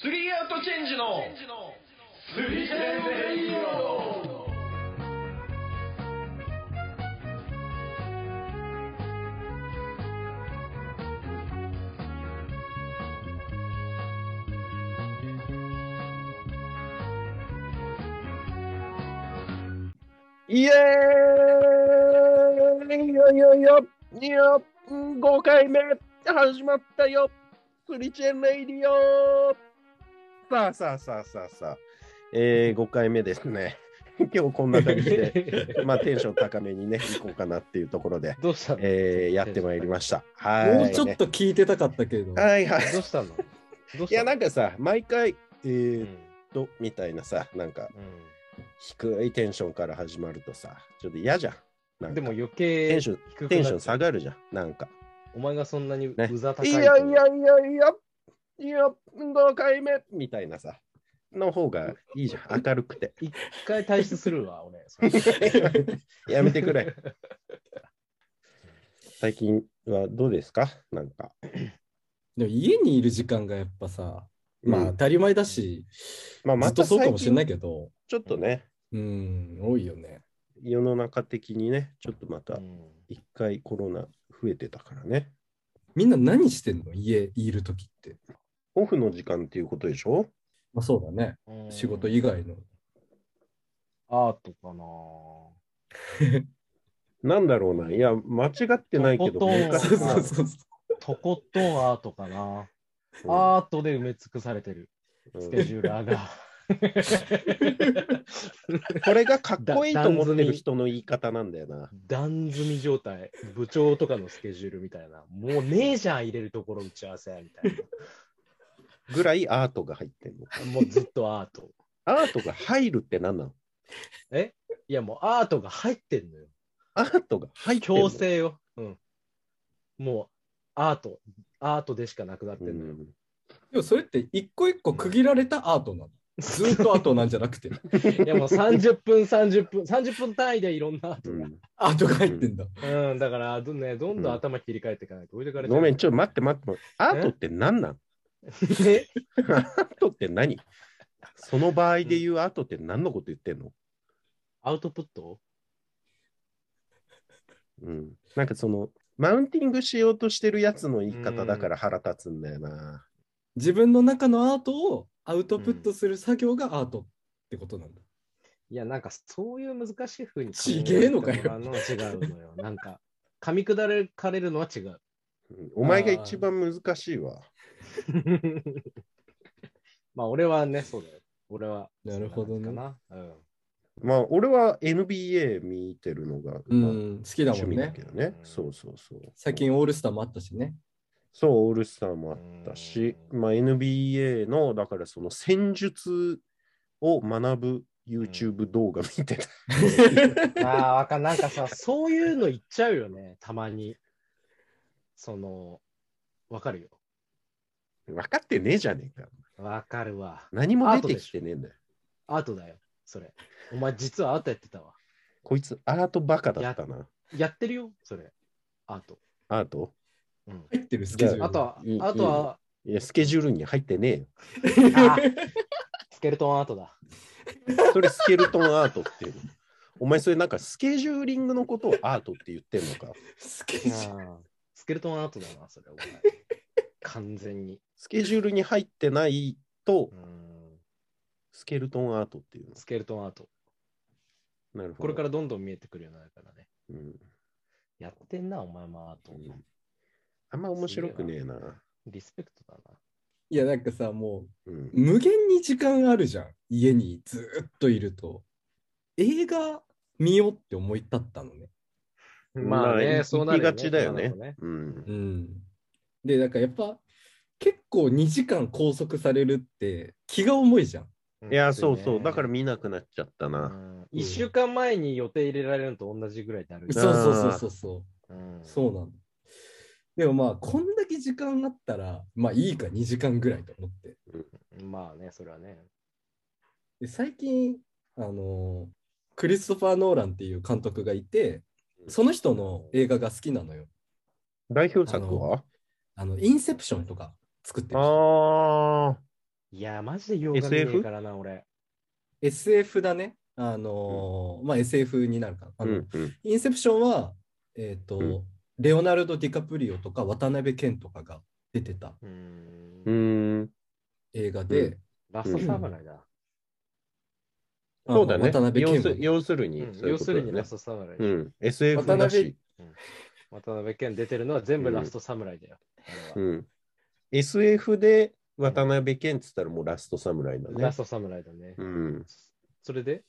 スリーアウトチェンジのスリーチェンレイディオイエーイよいよいよいよ5回目始まったよスリチェンレイディオさあさあさあさあさあ、えー、5回目ですね。今日こんな感じで、まあテンション高めにね、行こうかなっていうところで、 どうしたの、えー、やってまいりました。はい、ね。もうちょっと聞いてたかったけれど。はいはい。どうしたのどうしたのいや、なんかさ、毎回、えうんーっと、みたいなさ、なんか低いテンションから始まるとさ、ちょっと嫌じゃん。なうんかんでも余計テンション低くなっテンション下がるじゃん。なんか。お前がそんなにうねざ高いいやといやいやいやいや、5回目みたいなさ、の方がいいじゃん、明るくて。一回退出す るわ、俺。それやめてく れ。最近はどうですかなんか。でも家にいる時間がやっぱさ、まあう当んたり前だし、まあ、まずったとそうか最もしれな近いけど、ちょっとね、うん、多いよね。世の中的にね、ちょっとまたうん一回コロナ増えてたからね。みんな何してんの家いる時って。オフの時間っていうことでしょまあそうだね。うん仕事以外の。アートかななんだろうな。いや、間違ってないけど、とことん難しそうくそなうるそうそとことんアートかなうんアートで埋め尽くされてる、うんスケジューラーが。 これがかっこいいと思ってる人の言い方なんだよな。段積み状態、部長とかのスケジュールみたいな、もうねえじゃん、入れるところ打ち合わせみたいぐらいアートが入ってるの。な。もうずっとアート。アートが入るって何なのいや、もうアートが入ってんのよ。アートが入ってる強制よ。うん。もう、アート、アートでしかなくなってうんのよ。ん、うでもそれって一個一個区切られたアートなの。ずっとアートなんじゃな くて、いや、もう30分、30分、30分単位でいろんなアートうんアートが入ってんだ。が。うん、だから、ど,、ね、どんどん頭切り替えていかないと置いてかれちゃうごめん、ちょっと待って待って待って。アートって何なんえアートって何その場合で言うアートって何のこと言ってんの、アウトプットうん、なんかその、マウンティングしようとしてるやつの言い方だから腹立つんだよな。自分の中のアートをアウトプットする作業がアートってことなんだ。いや、なんか、そういう難しい風に。ちげえのかよあのは違うのよ。なんか、噛み砕かれるのは 違う。うんお前が一番難しいわ。まあ、俺はね、そうだよ。俺は。なるほどねそんな感じかまあ、俺は NBA 見てるのが、うまあん、好きだも趣ん味だねけ。どねう。んそうそうそう。最近オールスターもあったし ね。そう、オールスターもあったし、うんまあ、NBA の、だからその戦術を学ぶ YouTube 動画見てた。 な。うん、ああ、わかんなんかさ、そういうの言っちゃうよね、たまに。その、わかるよ。分かってねえじゃねえか。わかるわ。何も出てきてねえんだよ。アートだよ、それ。お前、実はアートやってたわ。こいつアートバカだったな。やってるよ、それ。アート。アートうん、入ってるスケジュール。あとは、いいあとはいや、スケジュールに入ってねあスケルトンアートだ。えよ。それスケルトンアートっていうの。 お前それなんかスケジューリングのことをアートって言ってんのか。 スケうジュール。んスケルトンアートだな、それ。お前完全に。スケジュールに入ってないとうんスケルトンアートっていうの。スケルトンアート。なるほど。、これかららどんどん見えてくるようになるからね。うん、やってんな、お前もアート。あんま面白くねえな。リスペクトだな。いや、なんかさ、もうんう、無限に時間あるじゃん。家にずっといると。映画見ようって思い立ったのね。まあねそうなるよね行きがちだよねそうなるうんうん。で、なんかやっぱ、結構2時間拘束されるって気が重いじゃん。とねいや、そうそう。だから、見なくなっちゃったうな。ん一週間前に予定入れられるのと同じぐらいだるい。そうそうそうそうそう。うんそうなの。でもまあ、こんだけ時間あったら、まあいいか2時間ぐらいと思って。まあね、それはね。で最近、あのークリストファー・ノーランっていう監督がいて、その人の映画が好きなのよ。代表作はあの、インセプションとか作ってる人。あいや、マジで用がねえ SF？からな、俺。 SF だね。あのーまあ SF になるかな。あうのんうんインセプションは、えっ、と、うんレオナルド・ディカプリオとか渡辺謙とかが出てたううー。んーん。映画で、ラストサムライだ。あそうだね渡。辺要謙すも要するうにん、そういう要こすとだるよにねラス。トサムライうだ。ん。SF だし。渡辺謙出てるのは全部ラストサムライだよ。あうれはん。SF で渡辺謙っつったらもうラストサムライだねラス。トサムライだね。うん。それで、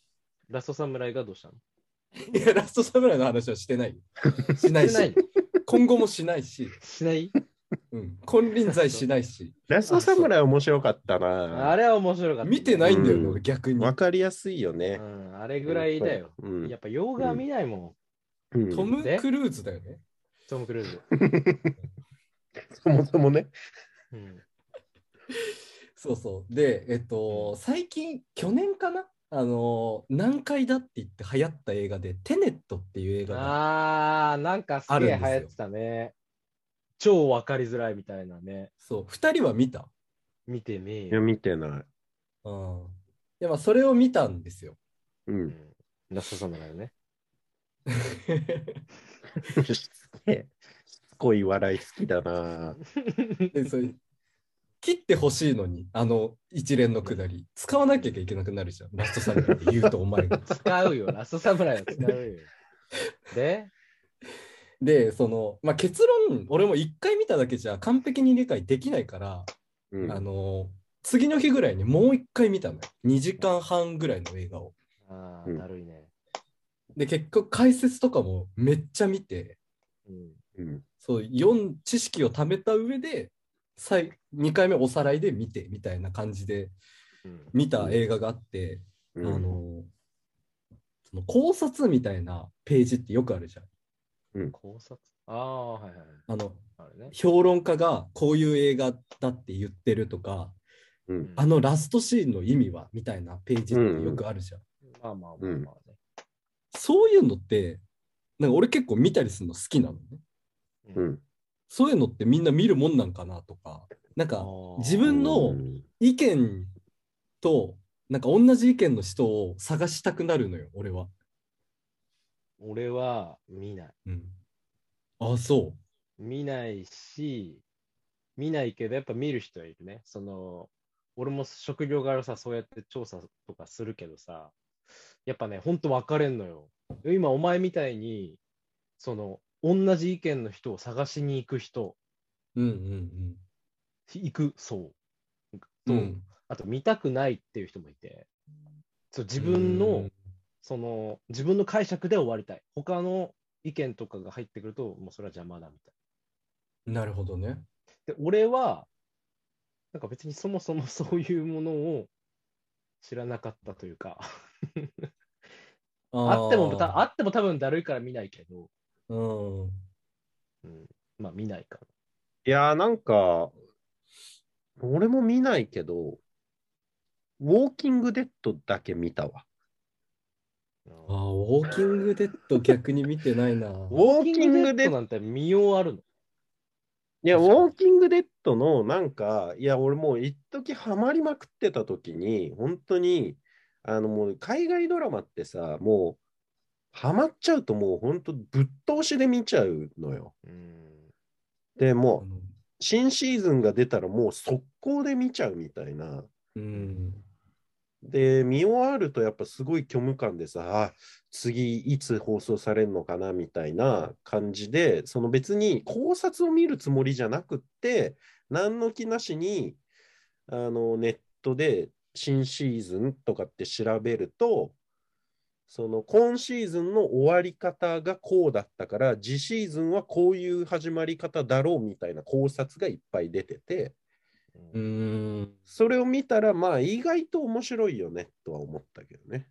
ラストサムライがどうしたのいや、ラストサムライの話はしてないよ。 しないしてしない、今後もしないし、しないうん、金輪際しないし、ラストサムライ面白かったあな。れは面白かった。見てないんだよ、うん俺逆に。わかりやすいようね。ん、あれぐらいだよ。うん。やっぱ洋画見ないもん、うんトム・クルーズだよね。トム・クルーズ。そもそもね。うんそうそう。で、えっと、最近、去年かなあの、難解だって言って流行った映画で、テネットっていう映画が。あー、なんかすげえあるん流ですよ行ってたね。超わかりづらいみたいなね。そう、二人は見た。見てみいや、見てない。うん。で、まあ、それを見たんです よ。う。うん んラストサムライね。しつけえしつこい笑い好きだな。でそれ切ってほしいのに、あの一連のくだり、使わなきゃいけなくなるじゃん。ラストサムライって言うとお 前が。使うよ、ラストサムライは使うよ。 で、で、その、まあ、結論、俺も一回見ただけじゃ完璧に理解できないから、うんあの、次の日ぐらいにもう一回見たのよ。2時間半ぐらいの映画を。あうーんだるいね。で、結局解説とかもめっちゃ見て、うんうんそう、読ん知識を貯めた上で、最2回目おさらいで見てみたいな感じでうん見た映画があって、うあんの、その考察みたいなページってよくあるじゃん。考察ああ、はいはいはい。あの、あれね。評論家がこういう映画だって言ってるとか、うんあのラストシーンの意味はみたいなページってよくあるじゃん。まあまあまあまあね。そういうのって、なんか俺結構見たりするの好きなのね。ううんんそういうのってみんな見るもんなんかなとか、なんかあー自分うのん意見と、なんか同じ意見の人を探したくなるのよ、俺は。俺は見ない。うん。あ、そ見ないし、見ないけど、やっぱ見る人はいるね。その、俺も職業柄さ、そうやって調査とかするけどさ、やっぱね、ほんと分かれんのよ。今、お前みたいに、その、同じ意見の人を探しに行く人、う。うんうん行く層うと、ん。あと見たくないっていう人もいて、そう自自分の、その自分の解釈で終わりたい。他の意見とかが入ってくると、もうそれは邪魔だみたいなるほどね。な。で、俺は、なんか別にそもそも そういうものを知らなかったというか、あーあってもた、あっても多分だるいから見ないけど、うん。うん、まあ見ないかいやーなんか、俺も見ないけど、ウォーキングデッドだけ見たわ。あら。ーウォーキングデッド逆に見てない な。ウォーキキンンググデデッッドド、なんて見ようあるの。いや、ウォーキングデッドのなんか、いや、俺もう一時ハマりまくってた時に、本当に、あのもう海外ドラマってさ、もう、ハマっちゃうともう本当ぶっ通しで見ちゃうのよ。うん。でもうあ、の新シーズンが出たらもう速攻で見ちゃうみたいな。うん。で、見終わるとやっぱすごい虚無感でさ、あ次いつ放送されるのかなみたいな感じで、その別に考察を見るつもりじゃなくって、何の気なしに、あの、ネットで新シーズンとかって調べると、その今シーズンの終わり方がこうだったから、次シーズンはこういう始まり方だろうみたいな考察がいっぱい出てて、うーん。それを見たら、まあ意外と面白いよねとは思ったけどね。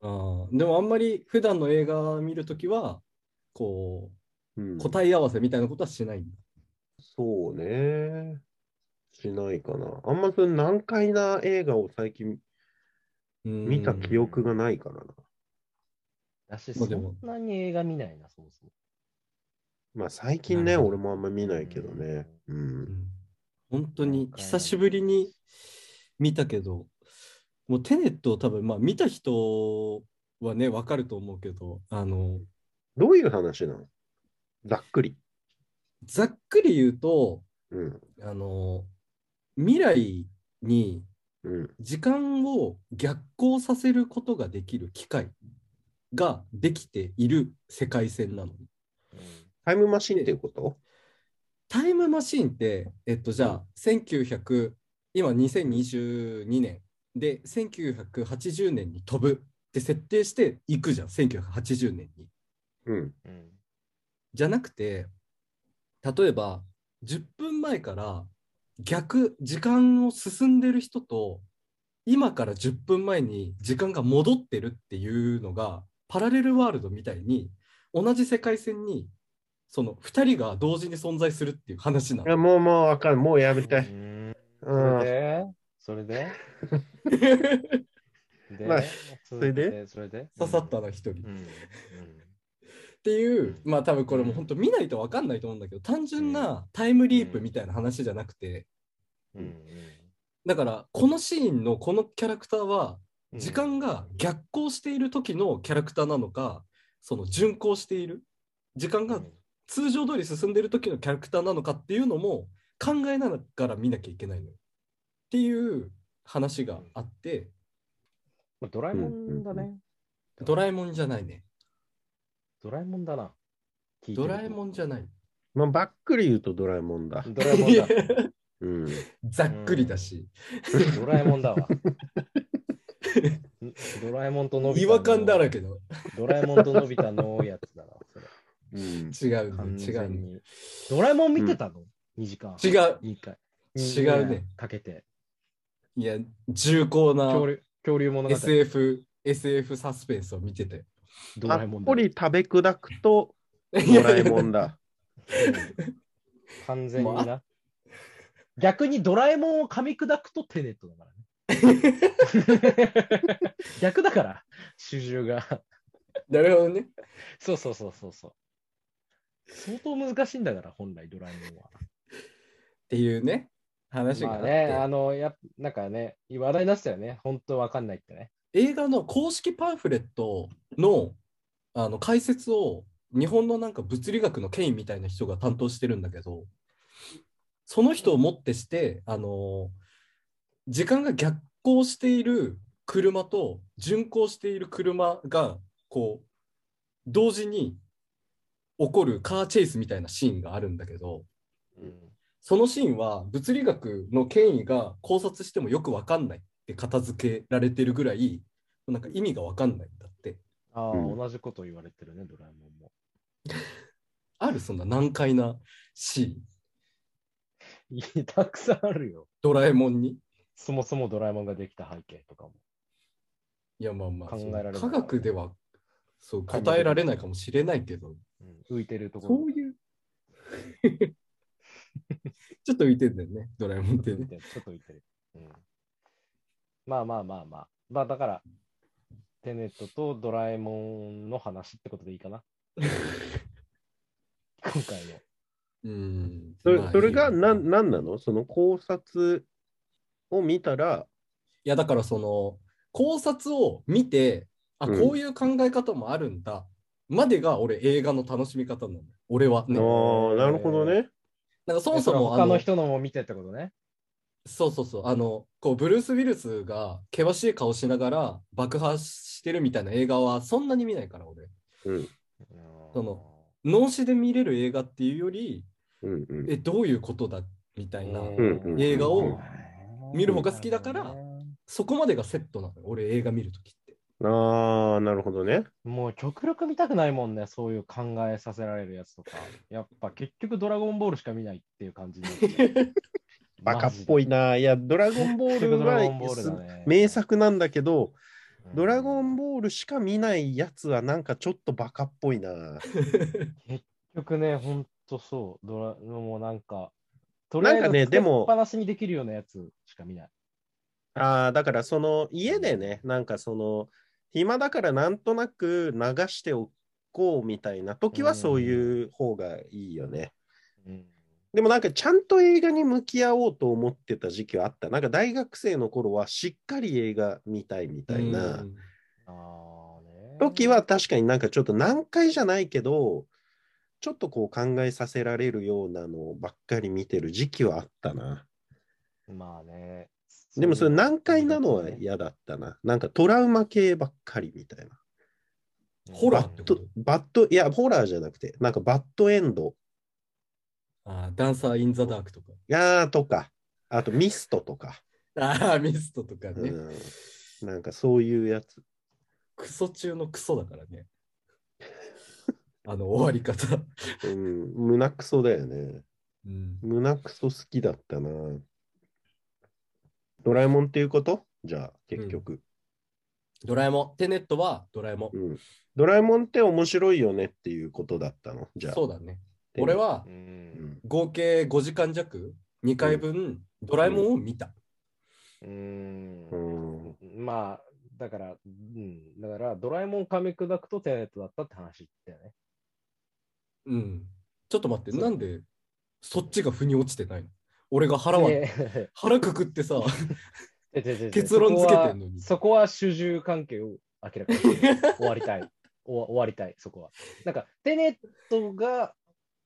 あーでもあんまり普段の映画見るときは、こうんう、答え合わせみたいなことはしないんだ。そうね。しないかな。あんまその難解な映画を最近うん見た記憶がないからな。だし、まそあでもんなに映画見ないな、そもそも。まあ最近なね、るほど俺もあんま見ないけどね。うう。んん本当に久しぶりに見たけど、もうテネットを多分、まあ見た人はね、わかると思うけど、あの、どういう話なのざっくり。ざっくり言うと、うん。あの、未来にうん。時間を逆行させることができる機械ができている世界線なの。タイムマシンっていうことタイムマシーンって、えっと、じゃあ、1900、今2022年で、1980年に飛ぶって設定していくじゃん、1980年に。うん。うんじゃなくて、例えば、10分前から逆、時間を進んでる人と、今から10分前に時間が戻ってるっていうのが、パラレルワールドみたいに、同じ世界線に、その2人が同時に存在するっていう話なのいや、。もうもうあかん。もうやめうて。んうん。それでそれででまあそれでそれで刺さったな、一人。うっんうんていう、うんまあ多分これも本当見ないと分かんないと思うんだけど、単純なタイムリープみたいな話じゃなくて、うんだからこのシーンのこのキャラクターは、うん時間が逆行している時のキャラクターなのか、その巡行している、時間うがん通常通り進んでいる時のキャラクターなのかっていうのも考えながら見なきゃいけないのよ。っていう話があって、まあドラえもんだうんね。ドラえもんじゃないね。ドラえもんだな。聞いてドみてラえもんじゃない。まあ、ばっくり言うとドラえもんだ。ドラえもんだ。うん。ざっくりだし。ドラえもんだわ。ドラえもんとのび違太の和感だらけどドラえもんとのび太のやつだな。それうん。違う完ね違う全ねに。ドラえもん見てたの ?2 時間。違う。う2回。違うね。かけて。いや重厚な恐竜恐竜物語。 SF SF サスペンスを見ててドたラえっもんだぷ。り食べ砕くと いドラえやもんだ。完全にまな。逆にドラえもんを噛み砕くとテネット だからね。逆だから、主従が。なるほどねそうそうそうそうそう。相当難しいんだから、本来ドラえもんは。っていうね話がまああって、ね、あの、やっなんかね、話題になってたよね。本当わかんないってね。映画の公式パンフレットのあの解説を日本のなんか物理学の権威みたいな人が担当してるんだけどその人をもってしてあの時間が逆行している車と巡行している車がこう同時に起こるカーチェイスみたいなシーンがあるんだけどそのシーンは物理学の権威が考察してもよく分かんないって片付けられてるぐらいなんか意味が分かんないんだってああ、うん同じこと言われてるね、ドラえもんも。あるそんな難解なシーンいいたくさんあるよ。ドラえもんにそもそもドラえもんができた背景とかも。いやまあまあ考えられないその科学ではそう考答えられないえられないかもしれないけどうん浮いてるところ。そういう ちょっと浮いてんだよねドラえもんってねちょっと浮いてる。うんまあまあまあまあ。まあだから、テネットとドラえもんの話ってことでいい かな。今回の。うんそれまあそれがいいよ何なんなのその考察を見たら、いやだからその考察を見てあうんこういう考え方もあるんだ、までが俺映画の楽しみ方なの俺はねああ、なるほどね。なんかそもそえもれは他あのの人のも見てってことね。そうそうそうあのこうブルース・ウィルスが険しい顔しながら爆破してるみたいな映画はそんなに見ないから俺うん。その脳死で見れる映画っていうよりうんうんえどういうことだみたういんな、うん映画を見る方方が好きだからそこまでがセットなの俺映画見るときってああ、なるほどね。もう極力見たくないもんね、そういう考えさせられるやつとか。やっぱ結局ドラゴンボールしか見ないっていう感じになってる バカっぽいマな。いや、ドラゴンボジーでルドラゴンボはールすだね名作なんだけど、うんドラゴンボールしか見ないやつはなんかちょっとバカっぽい な。結局ね、ほんとそう。ドラもうなんか、となんかねりあえずでもつけっぱなしにできるようなやつしか見ない。ああ、だからその家でね、なんかその暇だからなんとなく流しておこうみたいな時はそういう方がいいよね。うんでもなんかちゃんと映画に向き合おうと思ってた時期はあった。なんか大学生の頃はしっかり映画見たいみたいなうんああね。時は確かになんかちょっと難解じゃないけど、ちょっとこう考えさせられるようなのばっかり見てる時期はあったな。まあね。でもそれういう難解なのはね嫌だったな。なんかトラウマ系ばっかりみたいな。ホラーってこととバッド、いや、ホラーじゃなくて、なんかバッドエンドあーダンサー・イン・ザ・ダークとか。やーとか、あとミストとか、ああ、ミストとかね。うん、なんかそういうやつ。クソ中のクソだからね。 あの終わり方。うん、胸クソだよね。うん、胸クソ好きだったな。ドラえもんっていうことじゃあ、結局、ドラえもん。テネットはドラえもんう。んドラえもんって面白いよねっていうことだったのじゃあ。そうだね。俺、はう。うんん、合計5時間弱、2回分、ドラえもんを見た。うんう。ん。まあ、だから、うん。だから、ドラえもん噛み砕くとテネットだったって話だよね。うん。ちょっと待って、なんでそっちが腑に落ちてないの俺が腹は、で 腹くくってさ、違う違う違う結論付けてんのにそこはそこは主従関係を明らかにして終わ りたい。おわ終わりたい、そこは。なんか、テネットが、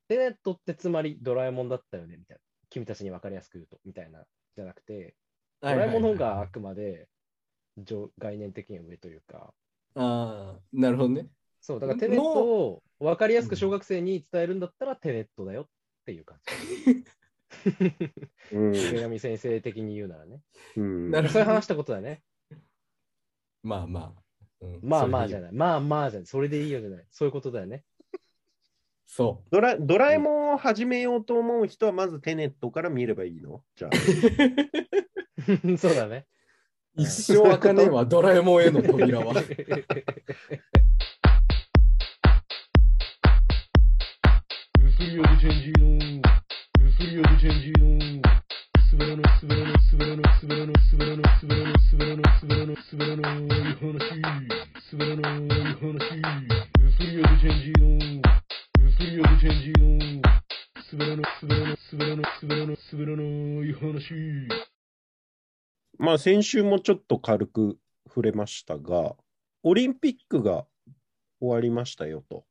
テネットってつまりドラえもんだったよね、みたいな。君たちに分かりやすく言うと、みたいな、じゃなくて、ドラえもんの方があくまで上概念的には上というか、ああ、なるほどね。そう、だからテネットを分かりやすく小学生に伝えるんだったらテネットだよっていう感じ。うん。池上先生的に言うなら ね。う んなるそういう話したことだよね。まあまあ。うんまあまあじゃい。ない。まあまあじゃない。それでいいよじゃない。そういうことだよ ね。そドラドラえもんを始めようと思う人は、まずテネットから見ればいいのじゃあ。 そうだね。う。一生開かね えわ、ドラえもんへの扉は。ゆすりおぶチェンジーのゆすりおぶチェンジーの滑らない滑らない滑らない滑らない滑らない滑らない滑らない滑らない滑らない話滑らない話ゆすりおぶチェンジーのゆすりおぶチェンジーの滑らない滑らない滑らない滑らない滑らない話まあ、先週もちょっと軽く触れましたが、オリンピックが終わりましたよと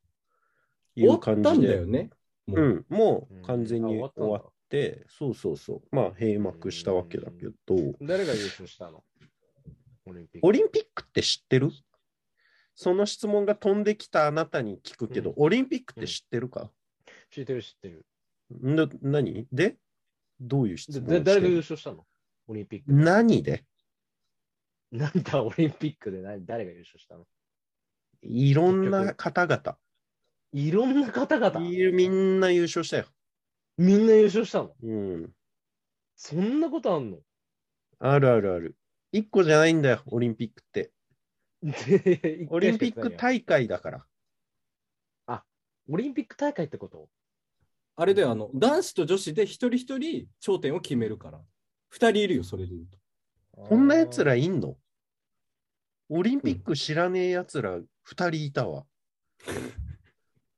い終わうっ感たじんで。だよね。もう。ん、もうんう完全にあ終終わわっったんだて、そうそうそう、まあ閉幕したわけだけど、誰が優勝したのオリンピック。オリンピックって知ってるその質問が飛んできたあなたに聞くけど、うんオリンピックって知ってるか、知ってる知ってる。な何でどういう質で問でをして誰が優る勝したのオリンピック。何でなんだ、オリンピックで何誰が優勝したのいろんな結方々、いろんな方々。いるみんな優勝したよ。みんな優勝したのうん、そんなことあんのあるあるある。1個じゃないんだよ、オリンピックって。オオリンピック大会だから。オリンピック大会ってことあれだよ、あの、男子と女子で一人一人頂点を決めるから。二人いるよ、それで言うと。こんなやつあらいんのオリンピック知らねえやつら2人いたわ。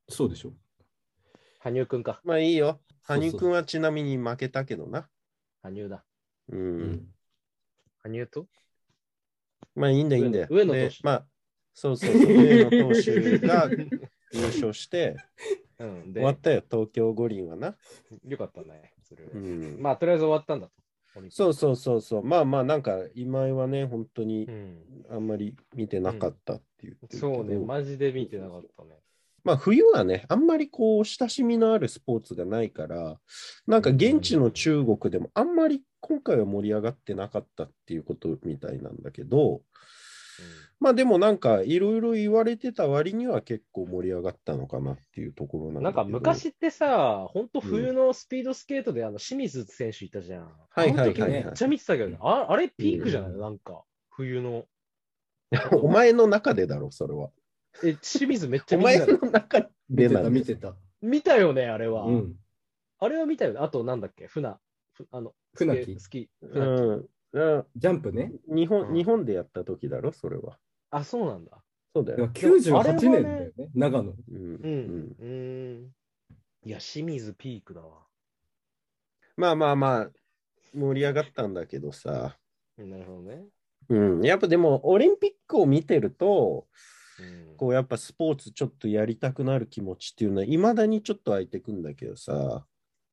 そうでしょ。ー羽生くんか。まあいいよ。そうそう羽生くんはちなみに負けたけどな。羽生だ。う。。うん羽生とまあいいんだよ、いいんだよ。上野上で野投手まあ、そうそうそう。上野投手 が優勝して、うん、で終わったよ、東京五輪はな。よかったね。それはうん。まあ、とりあえず終わったんだと。オリンピックそうそうそうそう。まあまあ、なんか今井はね、本当にうん。あんまり見てなかったっていう。そうね、マジで見てなかったね。まあ冬はね、あんまりこう親しみのあるスポーツがないから、なんか現地の中国でもあんまり今回は盛り上がってなかったっていうことみたいなんだけど、まあでもなんかいろいろ言われてた割には結構盛り上がったのかなっていうところうなんだん、なんけど。か昔ってさ、本当冬のスピードスケートであの清水選手いたじゃん。はいはいはいあの時めっちゃ見てたけどね、ああれピークじゃないうんなんか、冬 の。 お前の中でだろ、それは。え、清水めっちゃお見て前たのの。中で見てなた、んで見すてた。見たよね、あれは。うん。あれは見たよね。あと、なんだっけ、船。ふあの、船木好、き。う船木ん。うんジャンプね。日う本ん日本でやった時だろ、それは。あ、そうなんだ。そうだいやよ。 98年だよあれはね、長野。うんうん。うん。いや、清水ピークだわ。まあまあまあ、盛り上がったんだけどさ。なるほどね。うん。やっぱでも、オリンピックを見てると、うんこうやっぱスポーツちょっとやりたくなる気持ちっていうのは、いまだにちょっと湧いてくんだけどさ。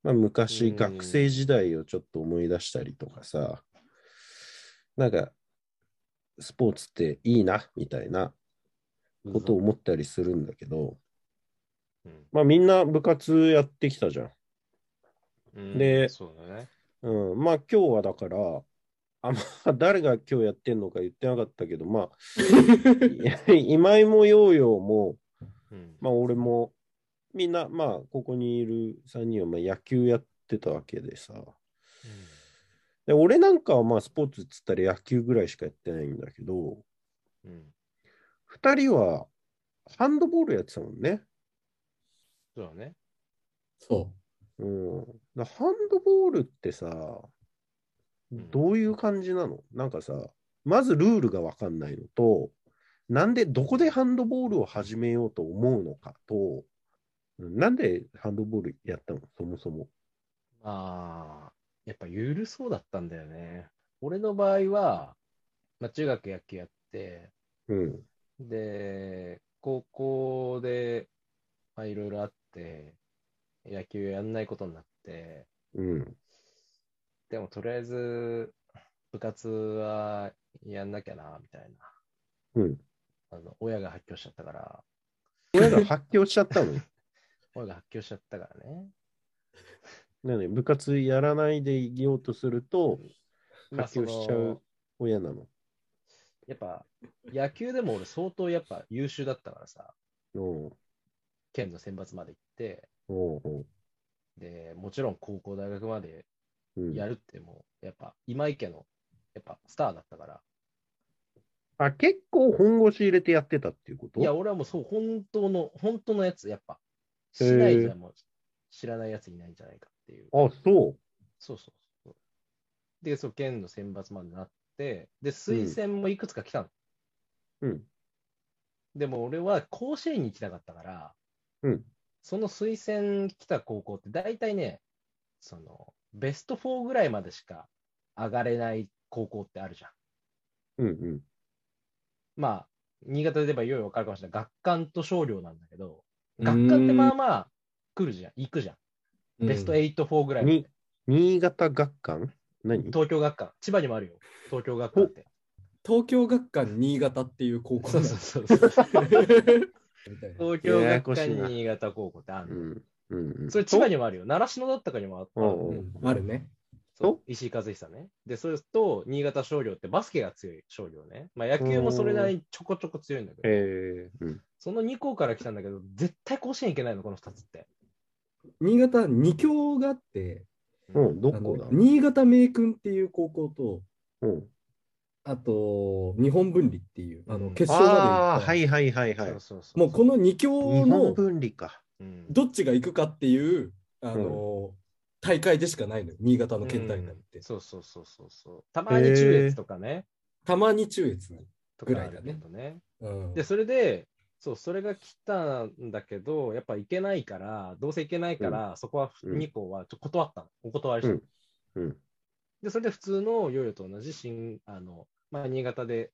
まあ、昔、うん学生時代をちょっと思い出したりとかさ。なんか、スポーツっていいな、みたいなことを思ったりするんだけど、うんまあみんな部活やってきたじゃん。うんでそうだね。うん、まあ今日はだから、あんま誰が今日やってんのか言ってなかったけど、ま あ、い今井もヨーヨーも、うんまあ俺も、みんな、まあここにいる3人はまあ野球やってたわけでさ。で俺なんかはまあスポーツっつったら野球ぐらいしかやってないんだけど、うんうん2人はハンドボールやってたもんね。そうだね。そうん。だハンドボールってさ、んどういう感じなのなんかさ、まずルールがわかんないのと、なんで、どこでハンドボールを始めようと思うのかと、なんでハンドボールやったのそもそも。まあ、やっぱゆるそうだったんだよね。俺の場合は、まあ、中学野球やって、うん。で、高校で、まあ、いろいろあって、野球やんないことになって、うん。でもとりあえず、部活はやんなきゃな、みたいうん。な。あの親が発狂しちゃったから、親が発狂しちゃったの 親が発狂しちゃったからね。なんで、部活やらないでいようとすると、まあ発狂しちゃそのう親なの。やっぱ、野球でも俺相当やっぱ優秀だったからさ、おう県の選抜まで行って、おうおうで、もちろん高校、大学までうんやるってもう、やっぱ今池の、やっぱスターだったから。あ、結構本腰入れてやってたっていうこといや、俺はもうそう、本当の、本当のやつ、やっぱ。しないじゃもう、知らないやついないんじゃないかっていう。あ、そう。そうそうそう。で、そう、県の選抜までなって、で、推薦もいくつか来たの。うん。でも俺は甲子園に行きたかったから、うん。その推薦来た高校って大体ね、その、ベスト4ぐらいまでしか上がれない高校ってあるじゃん。うんうん。まあ、新潟で言えばいよいよ分かるかもしれない。学館と少量なんだけど、う。学館ってまあまあ来るじゃん、行くじゃん。ベストうん8、4ぐらいまでに、新潟学館何東京学館、千葉にもあるよ、東京学館って。東京学館新潟っていう高校そうなんそだうそうそう。 みたいな東京ややこ学し館いな新潟高校ってあうるの。んうんうん、それ千葉にもあるよ。習志野だったかにもあったおうおううんあるね。そう石井和久ね。で、それと、新潟商業ってバスケが強い商業ね。まあ野球もそれなりにちょこちょこ強いんだけど、えーうん、その2校から来たんだけど、絶対甲子園行けないの、この2つって。新潟2強があって、うん、どあこのだ新潟名君っていう高校と、うん、あと、日本分離っていう、あうのん決勝まで行ああっー、たはいはいはいはいそう。そうそう。もうこの2強日本の分離か。うん、どっちが行くかっていう、あの、大会でしかないのよ、新潟の県大会って。そうそうそうそうそう。たまに中越とかね、たまに中越に。とかあるけどね。うんで、それで、そう、それが来たんだけど、やっぱ行けないから、どうせ行けないから、そこはうん2校はちょっと断ったの。お断りしたの。うんうん、で、それで普通のヨーヨーと同じ新、あの、まあ、新潟で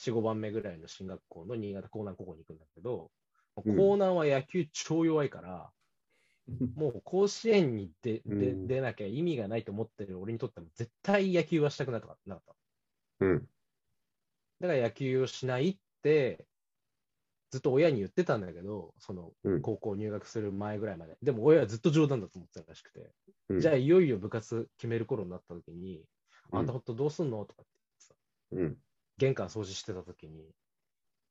4、5番目ぐらいの進学校の新潟江南高校に行くんだけど、うん江南は野球超弱いから、もう甲子園に出出うん出なきゃ意味がないと思ってる俺にとっても絶対野球はしたくなかった。なかったうん、だから野球をしないって、ずっと親に言ってたんだけど、そのうん高校入学する前ぐらいまで。でも親はずっと冗談だと思ってたらしくて、うんじゃあいよいよ部活決める頃になった時に、うんあんたほんとどうすんのとかって、うん、玄関掃除してた時に、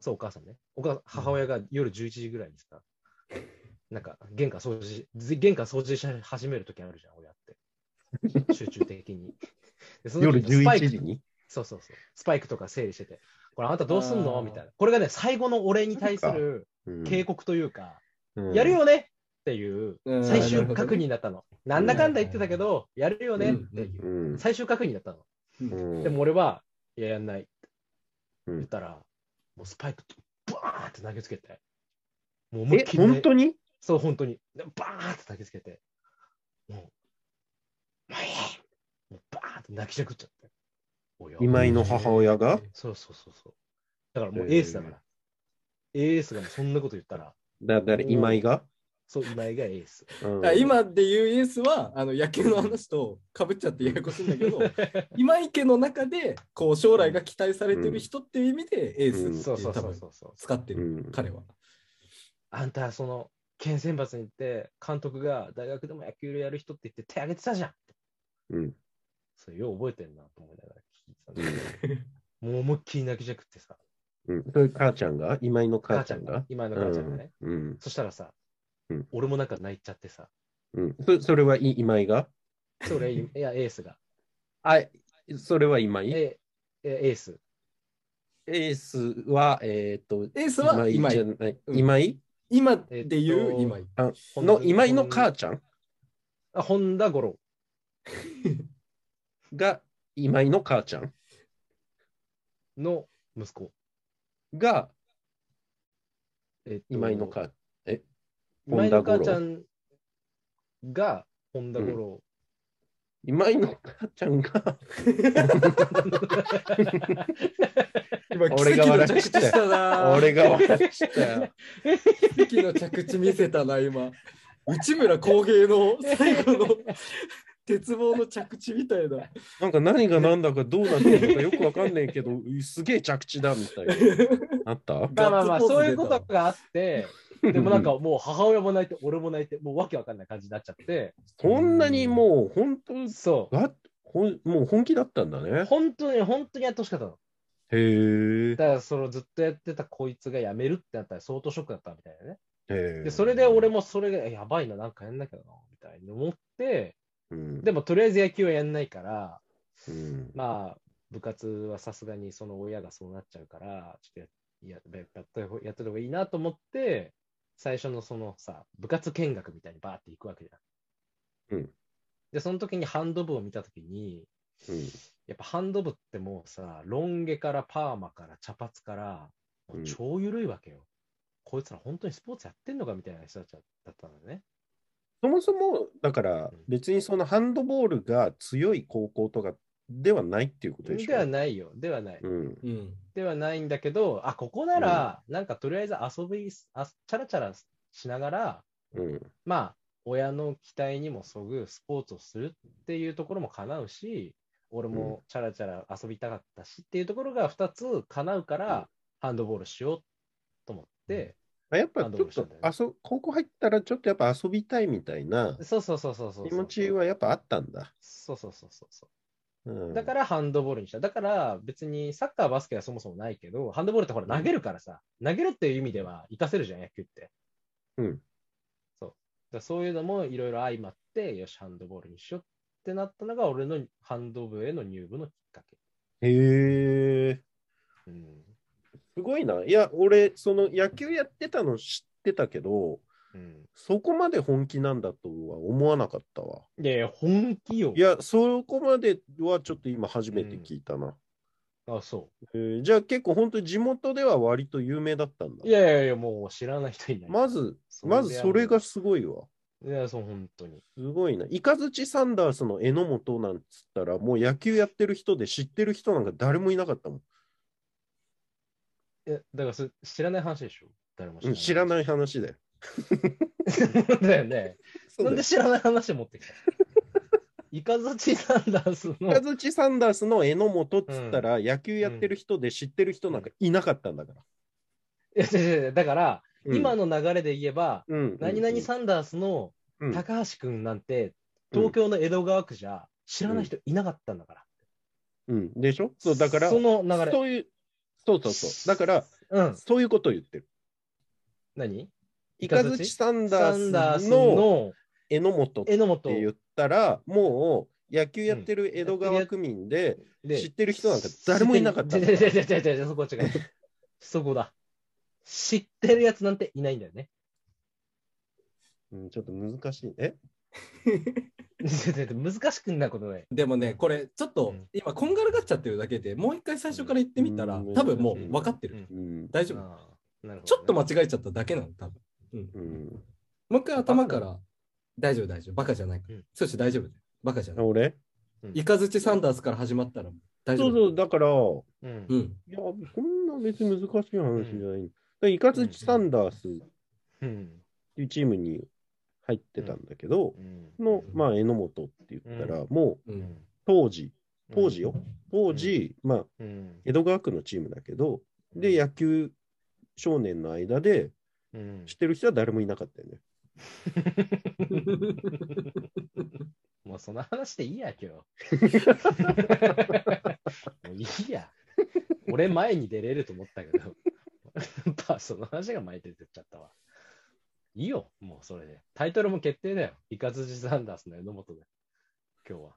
そう、お母さんね、お母さん母親が夜11時ぐらいにさ、なんか玄関掃除、ず玄関掃除し始める時あるじゃん、親って。集中的に。でその夜時スパイク11時にそうそうそう。スパイクとか整理してて、これあなたどうすんのあーみたいな。これがね、最後の俺に対する警告というか、うんやるよねっていううん最な終るほどね確認だったの。なんだかんだ言ってたけど、やるよねっていうう、ん、最終確認だったの。うんでも俺は、いや、やんないってうん言ったら、もうスパイクバーンって投げつけて、もう思いっえ、きりね本当にそう、本当に。でバーンって投げつけて、ももういいもうバーンって泣きじゃくっちゃって。おや今井の母親がそうそうそうそう。だからもうへーエースだから。エースがもうそんなこと言ったら、だ、だ、今井が、そう、今井がエース。うんだから今で言うイエスはあの野球の話とかぶっちゃってややこしいんだけ ど今池の中でこう将来が期待されてる人っていう意味でエーうんスそっうてそ多うそう分そうそう。使ってうるん彼は。あんた、その、県選抜に行って、監督が大学でも野球やる人って言って手挙げてたじゃん。うんそれよう覚えてんなと思いながら聞いてたんだけど、もう思いっきり泣きじゃくってさ、うん、それ母ちゃんが今井の母ちゃんが今井の母ちゃんがね。うんうんそしたらさ、うん俺もなんか泣いちゃってさ、うん、そそれはい今井が それ、いや、エースが。あそれは今井え、えエース。エースは、えーっと、エースは今じゃ井ないうん今井今で言う今井。の今井の母ちゃんあ、本田五郎。が今井の母ちゃんの息子。がえっと今井の母今井の母ちゃ本んが本田五郎。今井の母ちゃんが今俺奇が跡の笑っ着地ちゃったよしたな。俺が笑っちゃったよ。奇跡の着地見せたな今。内村航平の最後の鉄棒の着地みたいな。なんか何が何だかどうなってるのかよくわかんないけど、すげえ着地だみたいな。あった まあまあまあ、ガッツポそーういズう出たことがあって、でもなんかもう母親も泣いて、俺も泣いて、もうわけわかんない感じになっちゃって、そんなにもう本当そがほんもう本気だったんだう。ね。本当に、本当にやってほしかったの。へえだ。から、そのずっとやってたこいつが辞めるってなったら相当ショックだったみたいなね。でで、それで俺、もそれがやばいな、なんかやんなきゃな、みたいに思って、うん、でもとりあえず野球はやんないから、うん、まあ、部活はさすがにその親がそうなっちゃうから、ちょっとやややったほうやった方がいいなと思って、最初のそのさ、部活見学みたいにバーって行くわけじゃん。うんで、その時にハンド部を見た時に、うんやっぱハンド部ってもうさ、ロン毛からパーマから茶髪から、もう超緩いわけよ。こいつら本当にスポーツやってんのかみたいな人たちだったんだよね。そもそも、だからうん別にそのハンドボールが強い高校とかではないっていうことでしょではないよ。ではない。うん、うん。ではないんだけど、あ、ここなら、なんかとりあえず遊び、あチャラチャラしながら、うん、まあ、親の期待にもそぐスポーツをするっていうところも叶うし、俺もチャラチャラ遊びたかったしっていうところが2つ叶うから、うんハンドボールしようと思って、あやっハぱンちドボょールっしたんとだよねあそ、高校入ったらちょっとやっぱ遊びたいみたいなそうそうそうそうそう。気持ち。はやっぱあったんだ。そうそうそうそうそう。うん、だからハンドボールにした。だから別にサッカー、バスケはそもそもないけど、ハンドボールってほら投げるからさ、投げるっていう意味では活かせるじゃん、野球って。うん。そう。だからそういうのもいろいろ相まって、よし、ハンドボールにしようってなったのが、俺のハンド部への入部のきっかけ。へえ。うん。すごいな。いや、俺、その野球やってたの知ってたけど、うん、そこまで本気なんだとは思わなかったわ。いやいや、本気よい。や、そこまではちょっと今初めて聞いたな。あ、そえーじゃあ結構本当に地元では割と有名だったんだ。う。いやいやいや、もう知らない人いない。まず、それでまずそれがすごいわ。いや、そう、本当に。すごいな。イカズチサンダースの榎本なんつったら、もう野球やってる人で知ってる人なんか誰もいなかったもん。え、だからそ知らない話でしょ誰もうん知らない話だよ。い。 だよね。そうだなよんで知らない話持ってきたのイカズチサンダースイカの。ズチサンダースの榎本っつったら、野球やってる人で知ってる人なんかいなかったんだから。いや違う違う違うだから、うん今、の流れで言えば、うんうん何々サンダースのうん高橋君なんて、東京の江戸川区じゃ知らない人いなかったんだから。うん、でしょそう、だから、その流れ。そういう、そうそうそう。だから、うん。そういうことを言ってる。何イカズチサンサダンダーーススのの榎本って榎本言ったら、もう野球やってる江戸川区民で、で知ってる人なんか誰もいなかったん違うだ違う違う違う違うそこは違う。そこだ。知ってるやつなんていないんだよね。うんちょっと難しい。え難しくないことない。でもね、これちょっうとん今こんがらがっちゃってるだけでもう一回最初から言ってみたらうん多分もう分かってうる。んうん。大丈夫。あーなるほどねちょっと間違えちゃっただけなの多分。うんうんもう一回頭から大丈夫大丈夫。バカじゃないから。うんそして大丈夫だよ。バカじゃない。俺イカズチサンダースから始まったら大丈そ夫。うそう、だから、いうんう。ん。や、そんな別に難しい話じゃない。でイカズチサンダースっうん。ていうチームに入ってたんだけど、うんの、まあ、榎本って言ったら、もううん。当時、当時よ。。当時、まあ、うん。江戸川区のチームだけど、で、野球少年の間でうん知ってる人は誰もいなかったよね。もうその話でいいや、今 日。もういいや。俺前に出れると思ったけど、やっぱその話が前に出てっちゃったわ。いいよ、もうそれで。タイトルも決定だよ。イカズジサンダースの榎本で。今日は。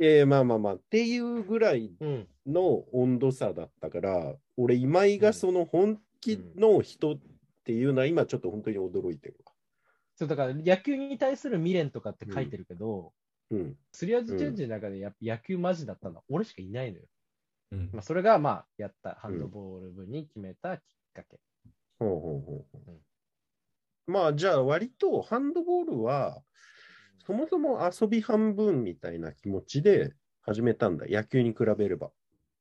えー、まあまあまあ、っていうぐらいうん。の温度差だったから、俺、今井がその本気の人っていうのは、今ちょっと本当に驚いてるわ。そうだから野球に対する未練とかって書いてるけど、うん。スリアーズチェンジの中でやっぱ野球マジだったのは俺しかいないのよ。うんまあ、それがまあやったハンドボール部に決めたきっかけ。ほうほうほうほうんう。まあ、じゃあ、割とハンドボールは、そもそも遊び半分みたいな気持ちで始めたんだ、野球に比べれば。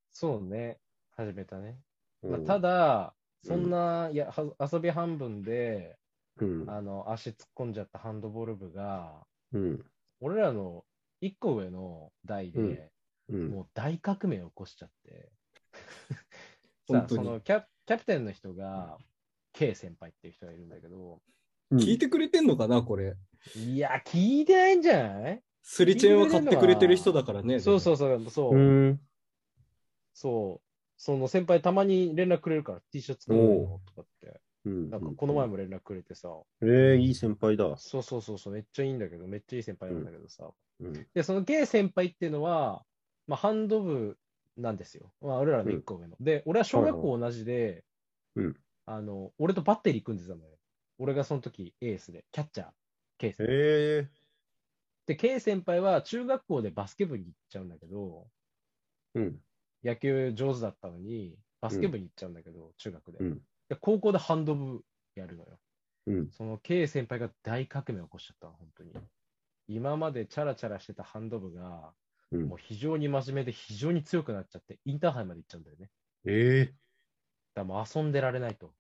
そうね、始めたね。まあうんた、だ、うんそんな、いやは遊び半分でうん。あの足突っ込んじゃったハンドボール部が、うん。俺らの一個上の代で、うん。もう大革命を起こしちゃって、さ本当そにのキャキャプテンの人が、K 先輩っていう人がいるんだけど、聞いてくれてんのかな、これ。いや、聞いてないんじゃないスリチェーンは買ってくれてる人だからね。。そうそううそう、そうう、ん。そう、その先輩たまに連絡くれるから T シャツ買うよとかって、うん。なんかこの前も連絡くれてさ、えー、いい先輩だ。そうそうそうそう、めっちゃいいんだけど、めっちゃいい先輩なんだけどさ。うん。で、そのゲイ先輩っていうのは、まあ、ハンド部なんですよ。まあ、俺らの1個上の。で、俺は小学校同じで、はいはいうんあの、俺とバッテリー組んでたのよ。俺がその時エースで、キャッチャー、ケイ先輩。えで、ケイ先輩は中学校でバスケ部に行っちゃうんだけど、ー、うん。野球上手だったのに、バスケ部に行っちゃうんだけど、中学で。うんで、高校でハンド部やるのよ。うん。その K 先輩が大革命を起こしちゃったの、本当に。今までチャラチャラしてたハンド部が、うんもう非常に真面目で非常に強くなっちゃって、インターハイまで行っちゃうんだよね。えだからもう遊んでられないと。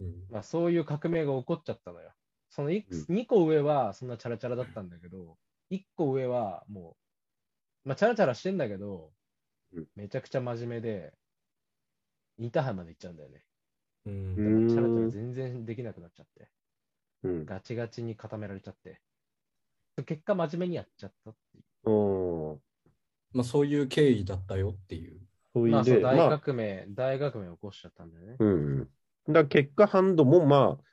うんまあ、そういう革命が起こっちゃったのよ。そのうん2個上はそんなチャラチャラだったんだけど、1個上はもう、まあ、チャラチャラしてんだけどうん、めちゃくちゃ真面目で、インターハイまで行っちゃうんだよね。う。ー。うんだからチャラチャラん。全然できなくなっちゃって。うん。ガチガチに固められちゃって。結果、真面目にやっちゃったっていう。うんまあそういう経緯だったよっていう。それまあ、そうで、大まあ、革命、大革命を起こしちゃったんだよね。うんうん。だから結果、ハンドもまあ、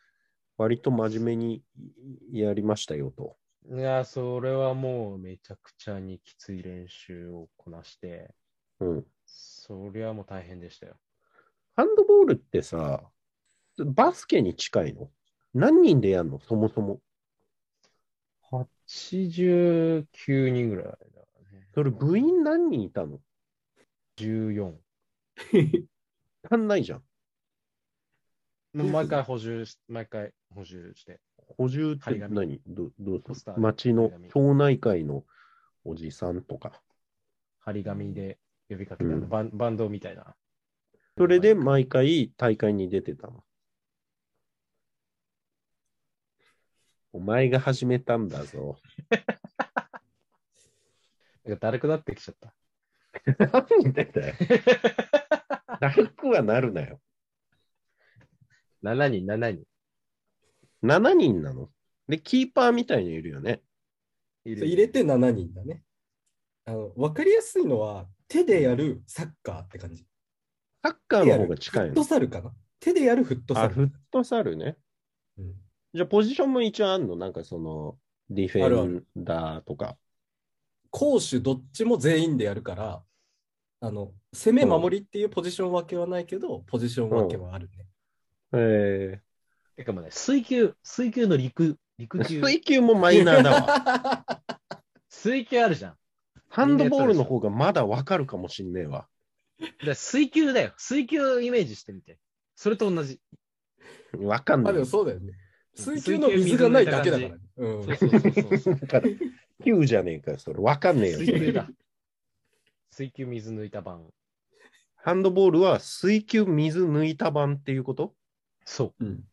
割と真面目にやりましたよと。いや、それはもうめちゃくちゃにきつい練習をこなして、うん。そりゃもう大変でしたよ。ハンドボールってさ、バスケに近いの何人でやるのそもそも。 89人ぐらいだね。それ部員何人いたの14。足んないじゃん。そうですね毎回補充し、毎回補充して。補充って張り紙何どどうポスすタるー町の張り紙町内会のおじさんとか。張り紙で呼びかけた、うんバンバンドみたいな。それで毎回大会に出てたの。お前が始めたんだぞ。なんかだるくなってきちゃった。なんでだよ。 大工はなるなよ。 7人、7人。 7人なの。で、キーパーみたいにいるよね。い入れて7人だね。あの分かりやすいのは手でやるサッカーって感じ。サッカーの方が近フいットの。サルかな。手でやるフットサあ、フッル。トサルね。うんじゃあ、ポジションも一応あんのなんかその、ディフあるェあンダーとか。攻守どっちも全員でやるから、あの攻め守りっていうポジション分けはないけど、ポジション分けはあるね。えてかもうね、水球、水球の陸、陸ー、球、水球もマイナ ーだわ。水球あるじゃん。ハンドボールの方がまだわかるかもしんねえわ。で水球だよ。水球イメージしてみて。それと同じ。わかんまなあでいも。そうだよね。水球の水がないだけだからね。うんそうそうそうそう。だから球じゃねえかよ、それ。わかんねえよ。そ水れ球だ。水球水抜いた版。ハンドボールは水球水抜いた版っていうことそうう。ん。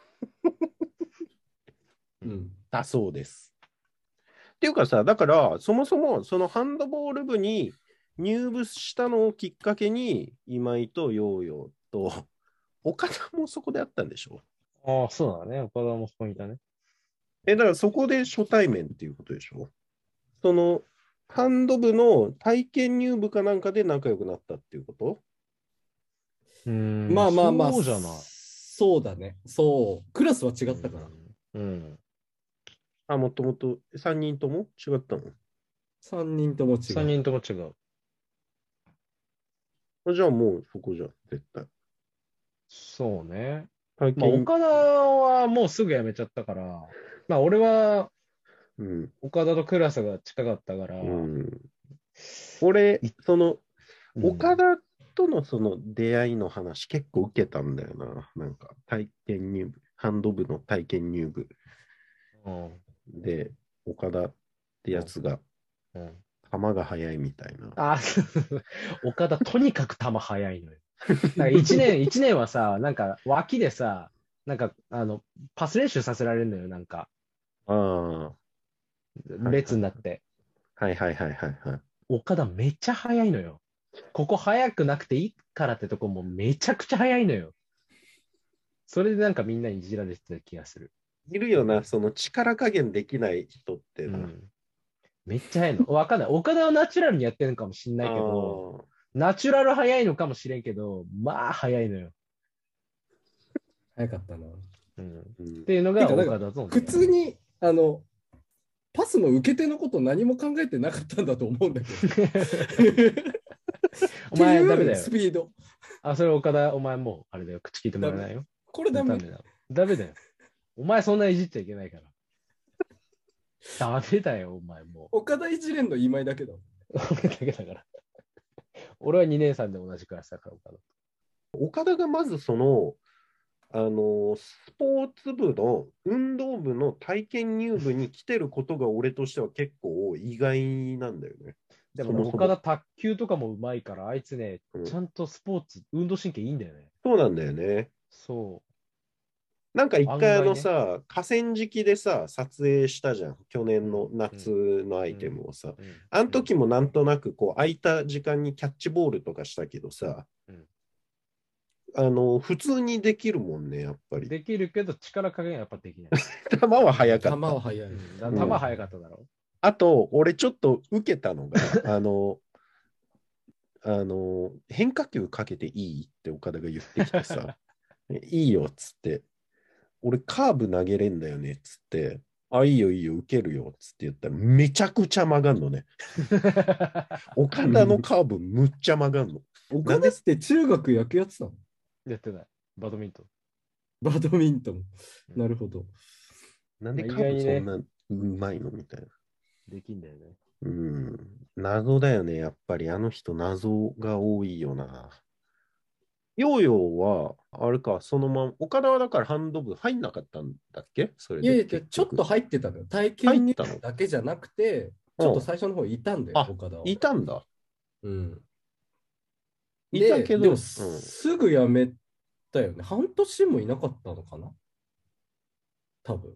うん。だそうです。っていうかさ、だから、そもそもそのハンドボール部に入部したのをきっかけに、今井とヨーヨーと、岡田もそこであったんでしょああ、そうだね。岡田もそこにいたね。え、だからそこで初対面っていうことでしょその、ハンド部の体験入部かなんかで仲良くなったっていうことうーんまあまあまあ、そうじゃない。そうだね。そう。クラスは違ったから。うん。うん。あ、もともと3人とも違ったの3人とも違3う。人とも違う。あじゃあもうそこじゃん、絶対。そうね。体まあ、験、岡田はもうすぐ辞めちゃったから、まあ、俺はうん。岡田とクラスが近かったから、うん、俺、その、岡田田とのその出会いの話結構受けたんだよな。なんか体験入部、ハンド部の体験入部うんで、岡田ってやつがうん球が速いみたいな。あ、 そうそうそう岡田、とにかく球速い のよ。なんか1年、一年はさ、なんか脇でさ、なんか、あの、パス練習させられるのよ、なんか、ああ、列になって。はいはいはいはいはい。岡田めっちゃ速いのよ。ここ速くなくていいからってとこもめちゃくちゃ速いのよ。それでなんかみんなにいじられてた気がする。いるよな、その力加減できない人ってうな。ん、めっちゃ速いの。わかんない。岡田はナチュラルにやってるのかもしんないけど、ナチュラル速いのかもしれんけど、まあ速いのよ。早かったな。うん、っあーうんていうのがてかなんか岡田との出会普い通に、あの、パスの受け手のこと何も考えてなかったんだと思うんだけど。っていお前うダメだよス。ピード。あ、それ岡田、お前もう、あれだよ。口聞いてもらえないよ。これダダメメ。だよ。ダメだよ。お前そんないじっちゃいけないから。ダメだよ、お前もう。岡田一連の今井だけだ。俺だけだから。俺は2年3で同じクラスだから、岡田と。岡田がまずその、あのースポーツ部の運動部の体験入部に来てることが俺としては結構意外なんだよね。でそもも、そも岡田卓球とかもうまいから、あいつねうん、ちゃんとスポーツ、運動神経いいんだよね。そうなんだよね。そなんか一案回外あねのさ、河川敷でさ、撮影したじゃん。去年の夏のアイテムをさ。う。うんあの時もなんとなくこう空いた時間にキャッチボールとかしたけどさ、うんあの普通にできるもんね、やっぱり。できるけど、力加減はやっぱできない。球は速か球った。は速い。うんだから球速かっただろ。 あと、俺ちょっと受けたのが、 あの、あの、変化球かけていいって岡田が言ってきてさ、いいよっつって、俺カーブ投げれんだよねっつって、あ、いいよいいよ、受けるよっつって言ったら、めちゃくちゃ曲がんのね。岡田のカーブ、むっちゃ曲がんの。岡田って中学野球やってたのやってない。バドミントン。バドミントン。うんなるほど。なんでカまあー意ブ外そにんなうまいのみたいな。できんだよね。うん。謎だよね、やっぱり。あの人、謎が多いよな。ヨーヨーは、あれか、そのまま、岡田はだからハンド部入んなかったんだっけそれいでやいや、ち結ょ局っと入ってたのよ。体入験っ入たのだけじゃなくて、ちょっと最初の方いたんだよ、あ岡田は。いたんだ。うん。いでたけど、でうもんすぐ辞めたよね。半年もいなかったのかな多分。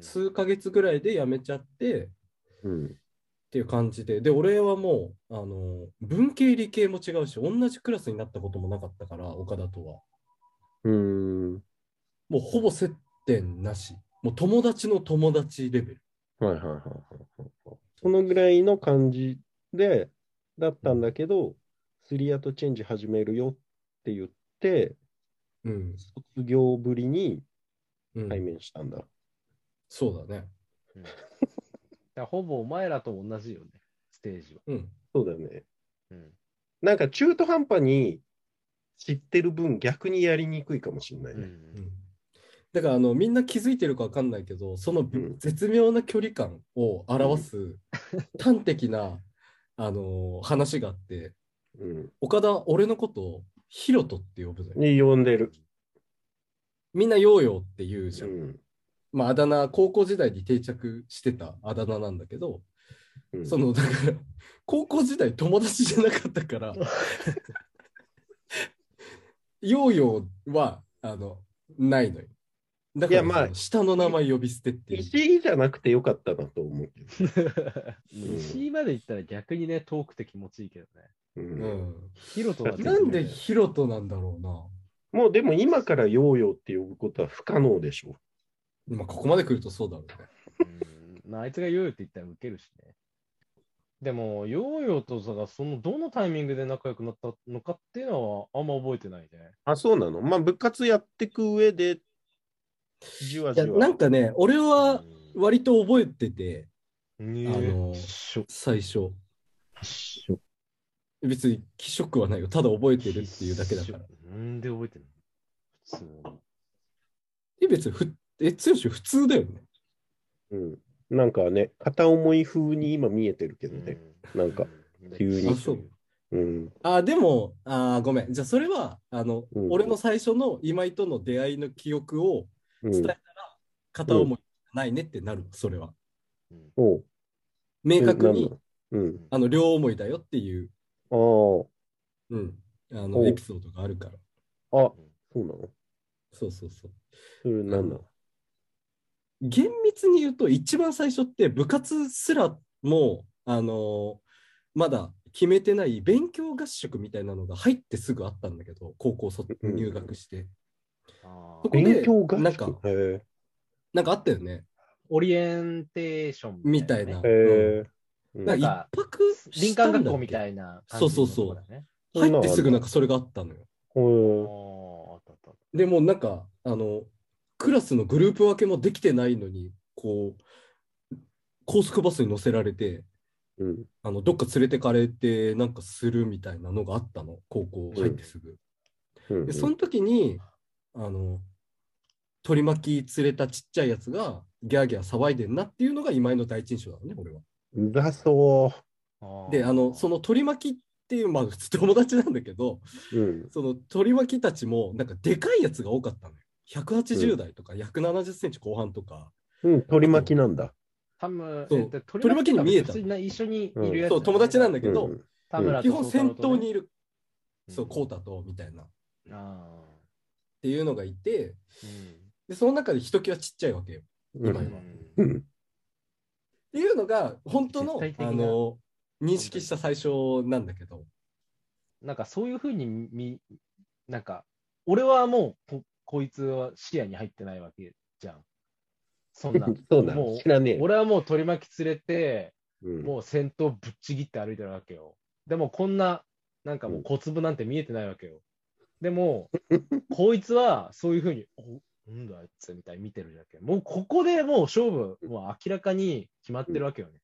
数ヶ月ぐらいで辞めちゃってっうん。ていう感じで。で、俺はもう、あの、文系理系も違うし、同じクラスになったこともなかったから、岡田とは。うーん。もうほぼ接点なし。もう友達の友達レベル。はいはいはいはいはい。そのぐらいの感じで、だったんだけど、スリーアートチェンジ始めるよって言って、うん。卒業ぶりにうん対面したんだ。そうだね。だからほぼお前らと同じよね、ステージは。うん。そうだよね。うん、なんか中途半端に知ってる分逆にやりにくいかもしれないね。うんだからあのみんな気づいてるか分かんないけどそのん絶妙な距離感を表す端的な、あのー話があってうん。岡田は俺のことをヒロトって呼ぶのよに呼んでる。みんなヨーヨーって言うじうゃん、ん。まあ、あだ名、高校時代に定着してたあだ名なんだけど、うんその、だから、高校時代友達じゃなかった から、ヨーヨーは、あの、ないのよ。だから、いやまあその下の名前呼び捨てっていう。石井じゃなくてよかったなと思うけど。ん石井まで行ったら逆にね、遠くて気持ちいいけどね。ううんん。ヒロトはうんなんでヒロトなんだろうな。もうでも今からヨーヨーって呼ぶことは不可能でしょまあ、ここまで来るとそうだろうね。うんまあ、あいつがヨーヨーって言ったらウケるしね。でも、ヨーヨーとさ、そのどのタイミングで仲良くなったのかっていうのはあんま覚えてないね。あ、そうなのまあ部活やってく上で、じわいや、じわ。なんかね、俺はうん割と覚えてて、ねえあのしょ最初。しょ別に、気色はないよ。ただ覚えてるっていうだけだから。。なんで覚えてるの普通にえ、別にふ、え、剛普通だよね。うん。なんかね、片思い風に今見えてるけどね。うなんか、急にあそううん。あ、でも、あーごめん。じゃあ、それは、あの、うん俺の最初の今井との出会いの記憶をう伝えんたら、片思いないねってなるわ、それは。おう明確に、うんなんだ。あの、両思いだよっていう、うん。うん、あおの、うエピソードがあるから。ああ、あ、そうなのそうそうそう。それなんだ厳密に言うと、一番最初って部活すらも、あのまだ決めてない勉強合宿みたいなのが入ってすぐあったんだけど、高校卒うん入学して。あそこーで勉強合宿なんかへなんかあったよね。オリエンテーションみたいな。え。へえ。うんなんか一泊林したん間だっ学け校みたいな感じそうのそうそうとこだね。入ってすぐなんかそれがあったのよ。へえおーあったあったあっでもうなんか、あの、クラスのグループ分けもできてないのに、こう、高速バスに乗せられて、うん。あの、どっか連れてかれて、なんかするみたいなのがあったの、高校入ってすぐ。うんで、その時に、あの、取り巻き連れたちっちゃいやつが、ギャーギャー騒いでんなっていうのが今井の第一印象だのね、俺は。うざそたあー。で、あの、その取り巻きっていう、まあ、普通友達なんだけど、う。うん。その取り巻きたちも、なんかでかいやつが多かったのよ。180代とか、170センチ後半とか、うん、取り巻きなんだ。タム、そうえっと取り巻きに見えた普通に一緒にいるやつ、そう、友達なんだけうど、ん田村と基本先頭にいる、うんそう、コウタと、みたいな、っあていうのがいて、ーで、その中でひときわちっちゃいわけよ。ううん今ん井はううんん。。っていうのが、本当の、絶対的なあの、認識した最初なんだけど、なんかそういうふうに見、なんか、俺はもうこ、こいつは視野に入ってないわけじゃん。そんなそうなものう知らねえ。俺はもう取り巻き連れて、うんもう先頭ぶっちぎって歩いてるわけよ。でもこんな、なんかもう小粒なんて見えてないわけよ。でも、こいつはそういうふうに、おなんだあいつみたいに見てるじゃんけん。もうここでもう勝負、もう明らかに決まってるわけよね。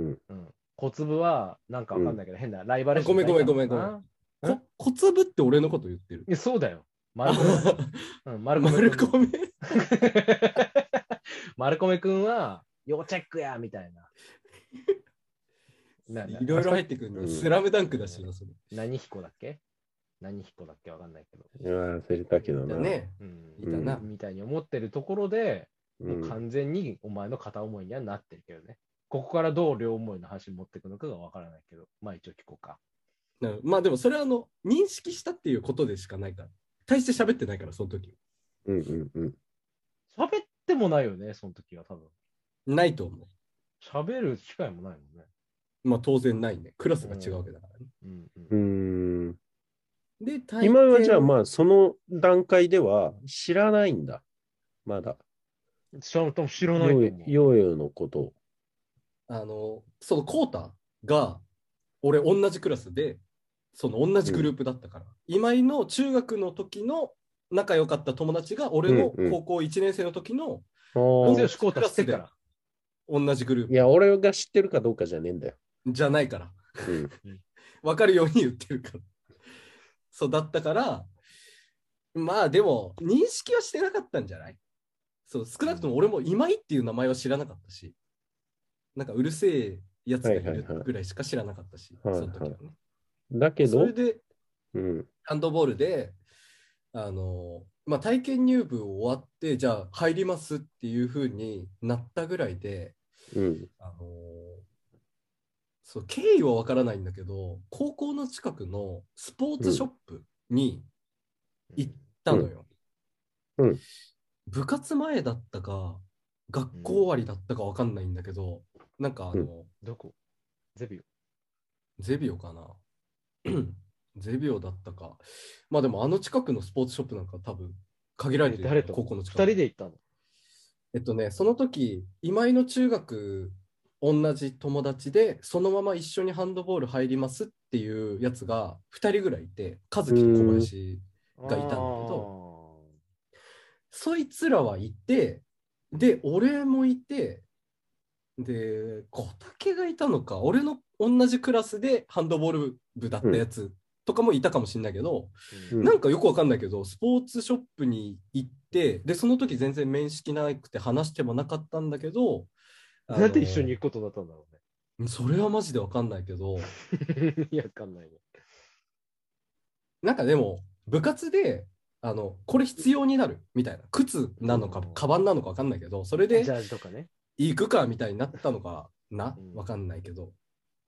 うん。小粒は、なんかわかんないけど、変なライバルごめんごめんごめんごめんん。えこ、小粒って俺のこと言ってるい。や、そうだよ。マあルコメ。うん、マルコメマル コメ。マルコメ君は、要チェックやみたいな。なんだいろいろ入ってくるの、うんスラムダンクだしな、それ。何彦だっけ何彦だっけわかんないけど。いや忘れたけどな。だね。うんいたなみたいに思ってるところで、う。もうん完全にお前の片思いにはなってるけどね。ここからどう両思いの話に持っていくのかがわからないけど、まあ一応聞こうか。なるまあでもそれはあの認識したっていうことでしかないから。大して喋ってないから、その時。うんうんうん。喋ってもないよね、その時は多分。ないと思喋る機会もないもんね。う。まあ当然ないね。クラスが違うわけだからね。うんうんうーんで、体今はじゃああ、まあその段階では知らないんだ。まだ。知らん多分知らヨないと思ーう。ヨーのことを。の、そのコータが、俺同じクラスで、その同じグループだったから。今井の中学の時の仲良かった友達が、俺のうんうん高校1年生の時のあ剛ー康太知ってるから。同じグルーいプや、俺が知ってるかどうかじゃねえんだよ。じゃないから。うん分かるように言ってるから。そうだったから、まあでも、認識はしてなかったんじゃないそう少なくとも俺も今井っていう名前は知らなかったし、なんかうるせえやつがいはいるはいはいぐらいしか知らなかったし、はいはいその時はね。だけそどれ、で、うん。ハンドボールで、あの、まあ、体験入部終わって、じゃあ入りますっていう風になったぐらいで、うん。あのーそう経緯はわからないんだけど高校の近くのスポーツショップに行ったのよ、うんうん部活前だったか学校終わりだったかわかんないんだけどなんかあの、うどこゼビオ。ゼビオかな ゼビオだったかまあでもあの近くのスポーツショップなんか多分限られてるよ誰と高校の二近く人で行ったの。えっとね、その時、今井の中学、同じ友達で、そのまま一緒にハンドボール入りますっていうやつが2人ぐらいいて、和樹と小林。がいたんだけどそいつらはいて、で、俺もいて、で、小竹がいたのか、俺の同じクラスでハンドボール部だったやつとかもいたかもしれないけど、あーうんなんかよくわかんないけど、スポーツショップに行って、で、その時全然面識なくて話してもなかったんだけど、あなんで一緒のに行くことになったんだろそれはマジでわかんないけど、う ね。いや、わかんないね。なんかでも、部活で、あの、これ必要になるみたいな、靴なのかうん、カバンなのかわかんないけど、それでジャージとかね。行くかみたいになったのかなうんわかんないけど。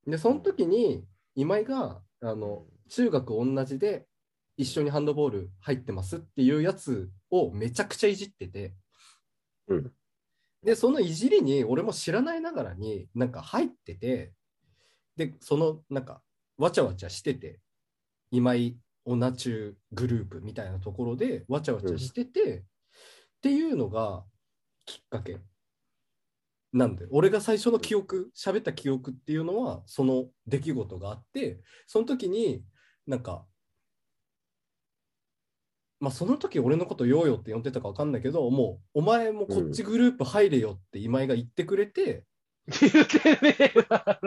で、その時に、今井が、あの、中学同じで一緒にハンドボール入ってますっていうやつをめちゃくちゃいじってて、うんでそのいじりに俺も知らないながらになんか入っててでそのなんかわちゃわちゃしてて今井オナチュグループみたいなところでわちゃわちゃしてて、っていうのがきっかけなんで俺が最初の記憶喋った記憶っていうのはその出来事があってその時になんかまあその時俺のことヨーヨーって呼んでたか分かんないけどもうお前もこっちグループ入れよって今井が言ってくれて、 言ってねえわ。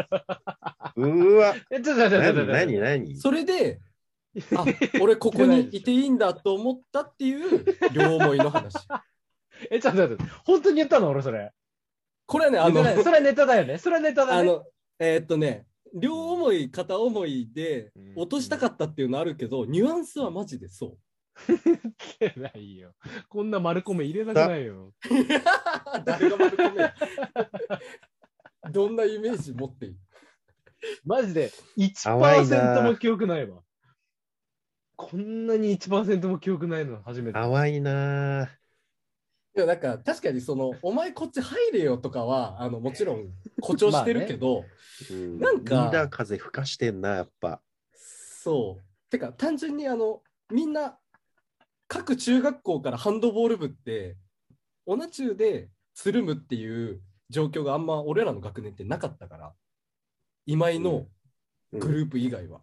うわ。え、ちょっと待って待って待っ何何て。何それであ俺こ こにいていいんだと思ったっていう両思いの 話え、ちょっと待って。本当に言ったの俺、それ。これはねあ言ってのないそれはネタだよね。それはネタだあね。のえーっとね両思い片思いでうん落としたかったっていうのあるけど、ニュアンスはマジで そう言ってないよ。こんな丸コメ入れなくないよ。誰が丸込めや どんなイメージ持っているマジで淡いな1%も記憶ないわ。こんなに1%も記憶ないの初めて。淡いなぁ。いやなんか確かにその「お前こっち入れよ」とかはあのもちろん誇張してるけ ど、うんなんかリーダー風吹かしてんな、やっぱ。そうてか単純にあのみんな各中学校からハンドボール部ってオナ中でつるむっていう状況があんま俺らの学年ってなかったから今井のうんグループ以外は、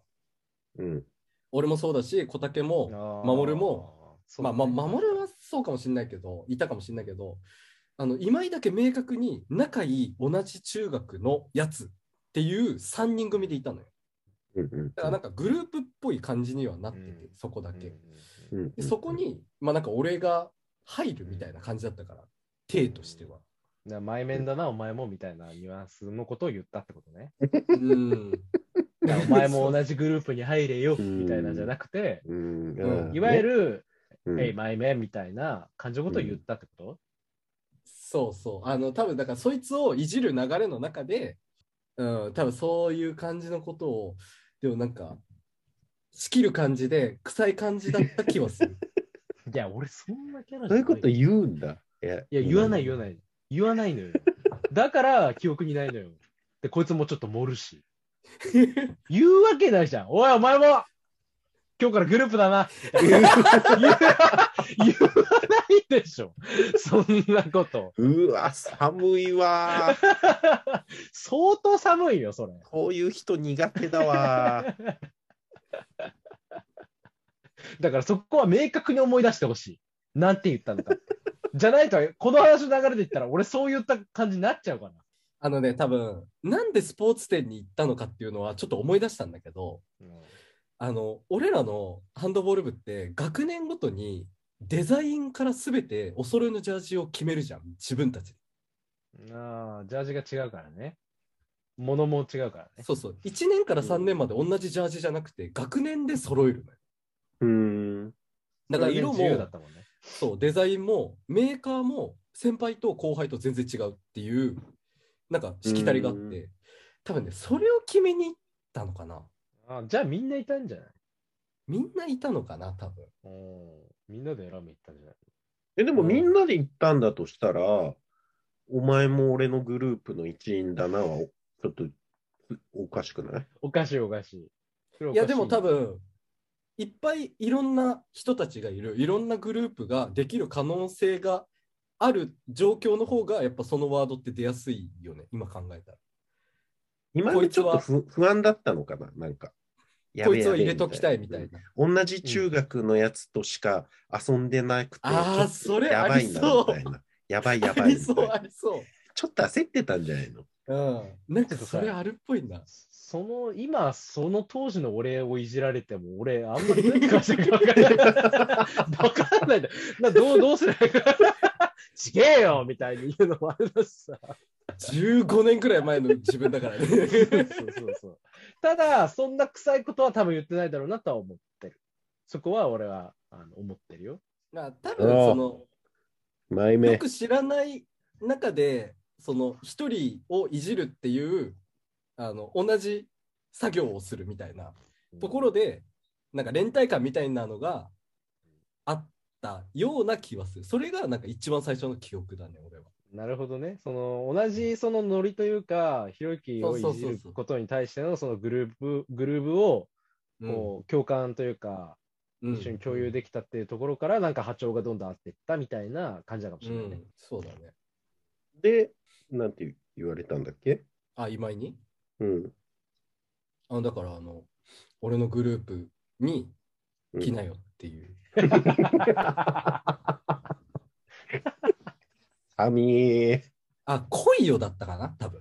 うん。俺もそうだし小竹も守守るも、そうまだあ、ねまあ、守るはそうかもしれないけど、いたかもしれないけど、あの今井だけ明確に仲いい同じ中学のやつっていう3人組でいたのよ。うんうんだからなんかグループっぽい感じにはなってて、うんそこだけ。ううんでそこに、まあなんか俺が入るみたいな感じだったから、体としては。んな前面だな、お前もみたいなニュアンスのことを言ったってことね。 うん。いやお前も同じグループに入れよみたいなじゃなくて、うんうんいわゆる、うんえい、前面みたいな感じのことを言ったってこと、そうそう。あの、多分だからそいつをいじる流れの中で、うん、多分そういう感じのことを、でもなんか、仕切る感じで、臭い感じだった気はす る。いや、俺そんなキャラじそゃなういいうこと言うんだ。いや、いや、言わない、よ。言わない。言わないの よ。だから、記憶にないのよ。で、こいつもちょっと盛 るし。言うわけないじゃん。おい、お前も今日からグループ だな。みたいな言わ言わないでしょ。そんなこと。うわ、寒 いわー。相当寒いよ、それ。こういう人苦手だ わー。 だからそこは明確に思い出してほしい。なんて言ったのか。じゃないと、この話の流れで言ったら、俺そう言った感じになっちゃうかな。あのね、多分、なんでスポーツ店に行ったのかっていうのはちょっと思い出したんだけど、あの、俺らのハンドボール部って、学年ごとにデザインから全てお揃いのジャージを決めるじゃん、自分たちで。ああ、ジャージが違うからね。物も違うからね。そうそう。1年から3年まで同じジャージじゃなくて、学年で揃えるのよ。うーん。だから色も、自由だったもんね。そう、デザインもメーカーも先輩と後輩と全然違うっていう、なんかしきたりがあっうて、多分ね、それを決めに行ったのかな。あじゃあみんないたんじゃないみんないたのかな、多分。うんみんなで選び行ったんじゃないえ、でもみんなで行ったんだとしたら、お前も俺のグループの一員だなは、おちょっとおかしくないおかしいおかしい。それおいかや、しでも多。分、いっぱいいろんな人たちがいる、いろんなグループができる可能性がある状況の方が、やっぱそのワードって出やすいよね、今考えたら。今こまいでつちょっはとふ不安だったのかななんか。やこべいえつをやべえ入れときたいみたいな。同じ中学のやつとしか遊んでなくて、あーちょっとそれやばいんだありそうみたいな。やばいやばあいりみそ、たいうな。あり そう。ちょっと焦ってたんじゃないのうん、なんかそれあるっぽいな。その、今、その当時の俺をいじられても、俺、あんまり何かしてくわかんない。わかんないん だ。などう、どうすればいいか。ちげ えよみたいに言うのもあれだしさ。 15年くらい前の自分だからね。そうそうそう。ただ、そんな臭いことは多分言ってないだろうなとは思ってる。そこは俺はあの思ってるよ。まあ多分その前よく知らない中でその一人をいじるっていうあの同じ作業をするみたいなところでなんか連帯感みたいなのがあったような気はするそれがなんか一番最初の記憶だね俺はなるほどね。その同じそのノリというか、ひろゆきをいそうじそうそうるそうことに対してのそのグループ、グルーブをこう共感といううか、ん一緒に共有できたっていうところから、なんか波長がどんどん合っていったみたいな感じなのかもしうれないんね。そうだねで、なんて言われたんだっけあ今井にうん。あだからあの俺のグループにうん来なよっていう、神あ来いよだったかな多分